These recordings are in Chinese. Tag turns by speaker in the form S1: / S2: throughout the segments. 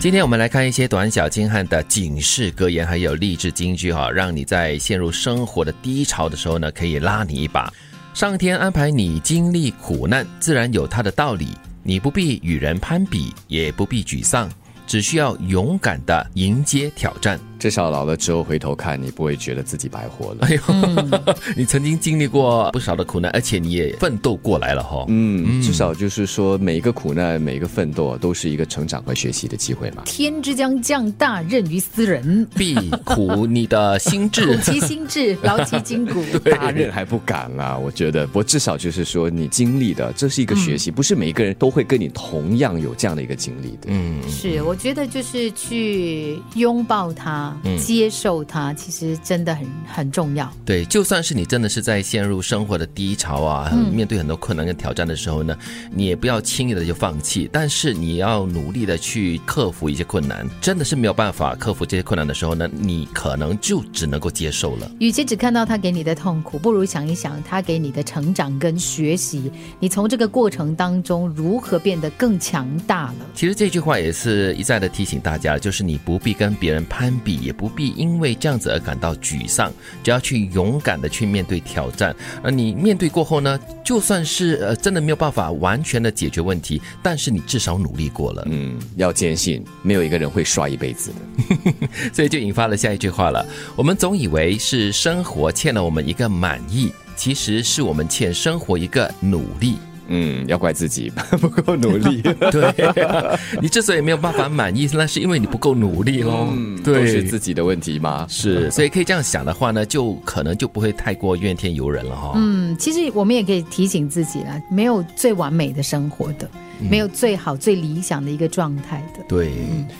S1: 今天我们来看一些短小精悍的警示格言，还有励志金句哈、让你在陷入生活的低潮的时候呢，可以拉你一把。上天安排你经历苦难，自然有它的道理，你不必与人攀比，也不必沮丧，只需要勇敢的迎接挑战。
S2: 至少老了之后回头看，你不会觉得自己白活了。
S1: 哎呦，你曾经经历过不少的苦难，而且你也奋斗过来了哈、
S2: 嗯，至少就是说，每一个苦难，每一个奋斗，都是一个成长和学习的机会嘛。
S3: 天之将降大任于斯人，
S1: 必苦你的心
S3: 苦
S1: 智
S3: 其心志，劳其筋骨。
S2: 大任还不敢啦，我觉得。不过至少就是说，你经历的这是一个学
S1: 嗯
S2: 习，不是每一个人都会跟你同样有这样的一个经历的。嗯，
S3: 是，我觉得就是去拥抱它，接受它，其实真的很很重要。
S1: 对，就算是你真的是在陷入生活的低潮啊，面对很多困难跟挑战的时候呢，你也不要轻易的就放弃，但是你要努力的去克服一些困难。真的是没有办法克服这些困难的时候呢，你可能就只能够接受了。
S3: 与其只看到他给你的痛苦，不如想一想他给你的成长跟学习，你从这个过程当中如何变得更强大了。
S1: 其实这句话也是一再的提醒大家，就是你不必跟别人攀比，也不必因为这样子而感到沮丧，只要去勇敢的去面对挑战。而你面对过后呢，就算是呃真的没有办法完全的解决问题，但是你至少努力过了。
S2: 要坚信，没有一个人会刷一辈子的。
S1: 所以就引发了下一句话了。我们总以为是生活欠了我们一个满意，其实是我们欠生活一个努力。
S2: 嗯，要怪自己 不够 努力。
S1: 对， 你之所以没有办法满意，那是因为你不够努力喽。
S2: 嗯都是
S1: 对，
S2: 自己的问题吗？
S1: 是，所以可以这样想的话呢，就可能就不会太过怨天尤人了哈、
S3: 嗯，其实我们也可以提醒自己啦，没有最完美的生活的，没有最好最理想的一个状态的。
S1: 对，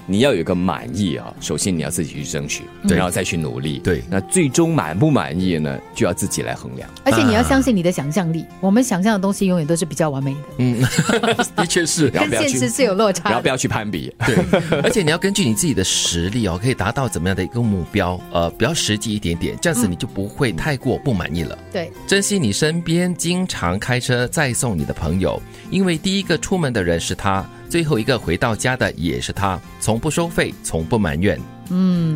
S2: 你要有一个满意啊，首先你要自己去争取，
S1: 对
S2: 然后再去努力。
S1: 对
S2: 那最终满不满意呢，就要自己来衡量。
S3: 而且你要相信你的想象力，我们想象的东西永远都是比较完美的，
S1: 嗯 的确是。
S2: 然后嗯
S3: 跟
S2: 不要
S3: 现实
S2: 去，
S3: 是有落
S2: 然
S3: 差
S2: 后不
S3: 的。
S2: 要去攀比。
S1: 对，而且你要根据你自己的实力哦，可以达到怎么样的一个目标，呃，比较实际一点点，这样子你就不会太过不满意了。
S3: 对，
S1: 珍惜你身边经常开车载送你的朋友，因为第一个出门的人是他，最后一个回到家的也是他，从不收费，从不埋怨。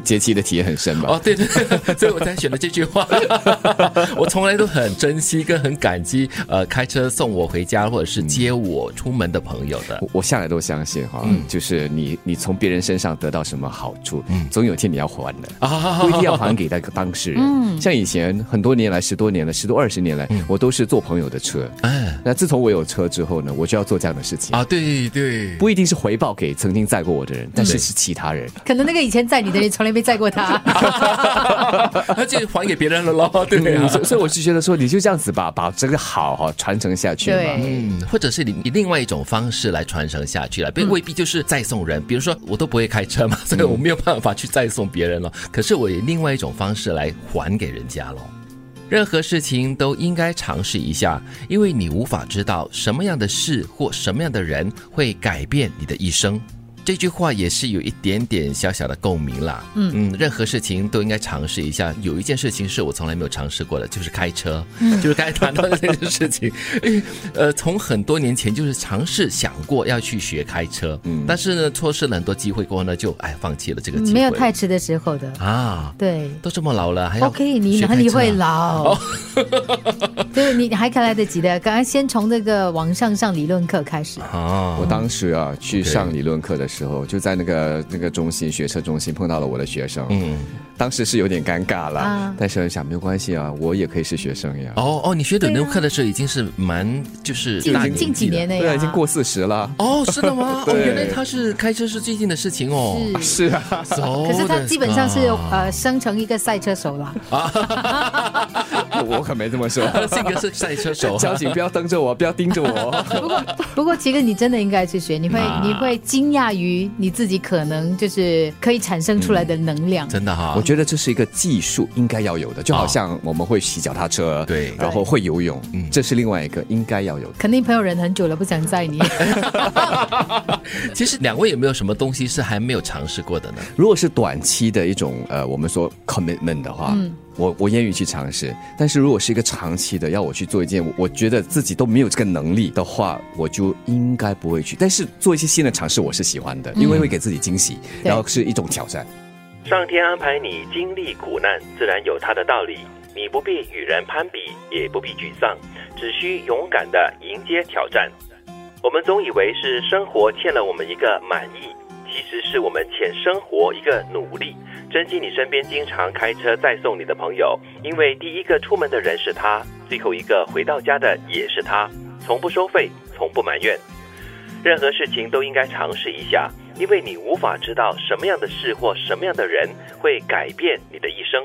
S2: 节气的体验很深吧？
S1: 嗯哦，对 对，对所以我才选了这句 话。我从来都很珍惜跟很感激，呃，开车送我回家或者是接我出门的朋友的。
S2: 我我向来都相信哈，
S1: 嗯
S2: 就是你你从别人身上得到什么好处，
S1: 嗯
S2: 总有一天你要还的，不一定要还给那个当事人。
S1: 嗯
S2: 像以前很多年来，十多年来，十多二十年来，我都是坐朋友的车。
S1: 哎，
S2: 那自从我有车之后呢，我就要做这样的事 情。
S1: 啊，对对，
S2: 不一定是回报给曾经载过我的人，但是是其他人。
S3: 可能那个以前载你的人从来没载 过他。
S1: 而且还给别人了咯，对啊
S2: 嗯。所以 所以我是觉得说，你就这样子吧，把这个好哈传承下去嘛。
S3: 对，
S1: 嗯，或者是你以另外一种方式来传承下去了，并未必就是再送人。比如说，我都不会开车嘛，所以我没有办法去再送别人了。可是我以另外一种方式来还给人家了。任何事情都应该尝试一下，因为你无法知道什么样的事或什么样的人会改变你的一生。这句话也是有一点点小小的共鸣啦。嗯任何事情都应该尝试一下。有一件事情是我从来没有尝试过的，就是开车，
S3: 嗯
S1: 就是刚才谈到的这件事 情。呃，从很多年前就是尝试想过要去学开车，嗯，但是呢，错失了很多机会过后呢，就哎放弃了这个机会。
S3: 没有太迟的时候的。
S1: 啊，
S3: 对
S1: 都这么老了
S2: 哎
S1: 还要
S3: ，OK，你
S1: 学
S3: 哪
S1: 开
S3: 里
S1: 车啊
S3: 会
S2: 哦
S3: 老？ 对，你还可以来得及的。刚刚先从这个网上上理论课 开始。
S1: 啊？
S2: 我当时啊去
S1: OK
S2: 上理论课的时候，就在那个那个中心学车中心碰到了我的学生，嗯，当时是有点尴尬了，
S3: 啊
S2: 但是我想没有关系啊，我也可以是学生呀，
S1: 哦哦，你学德
S3: 对啊
S1: 牛课的时候已经是蛮就是
S3: 近
S1: 大年纪
S3: 近几
S1: 了
S3: 年。内
S2: 对啊，
S3: 啊
S2: 已经过四十了，
S1: 哦，是的 吗？哦，
S2: 对
S1: 原来他是开车是最近的事情哦。啊
S3: 是
S2: 是啊，
S1: 可
S3: 可是他基本上是呃生成一个赛车手啦，
S2: 我可没这么说。，
S1: 性格是赛车手啊
S2: 交警不要瞪着我，不要盯着我。
S3: 不过其实你真的应该去学，你会
S1: 啊
S3: 你会惊讶于你自己可能就是可以产生出来的能量。
S1: 真的哈、
S2: 我觉得这是一个技术应该要有的，就好像我们会骑脚踏车，
S1: 啊对嗯
S2: 然后会游泳，这是另外一个应该要有的。
S3: 肯定朋友人很久了，不想载你。
S1: 其实两位有没有什么东西是还没有尝试过的呢？
S2: 如果是短期的一种呃，我们说 commitment 的话，我我愿意去尝试。但是如果是一个长期的，要我去做一件我我觉得自己都没有这个能力的话，我就应该不会去。但是做一些新的尝试，我是喜欢的，因为会给自己惊喜，
S3: 对
S2: 然后是一种挑战。
S4: 上天安排你经历苦难，自然有它的道理。你不必与人攀比，也不必沮丧，只需勇敢地迎接挑战。我们总以为是生活欠了我们一个满意，其实是我们欠生活一个努力。珍惜你身边经常开车载送你的朋友，因为第一个出门的人是他，最后一个回到家的也是他。从不收费，从不埋怨。任何事情都应该尝试一下，因为你无法知道什么样的事或什么样的人会改变你的一生。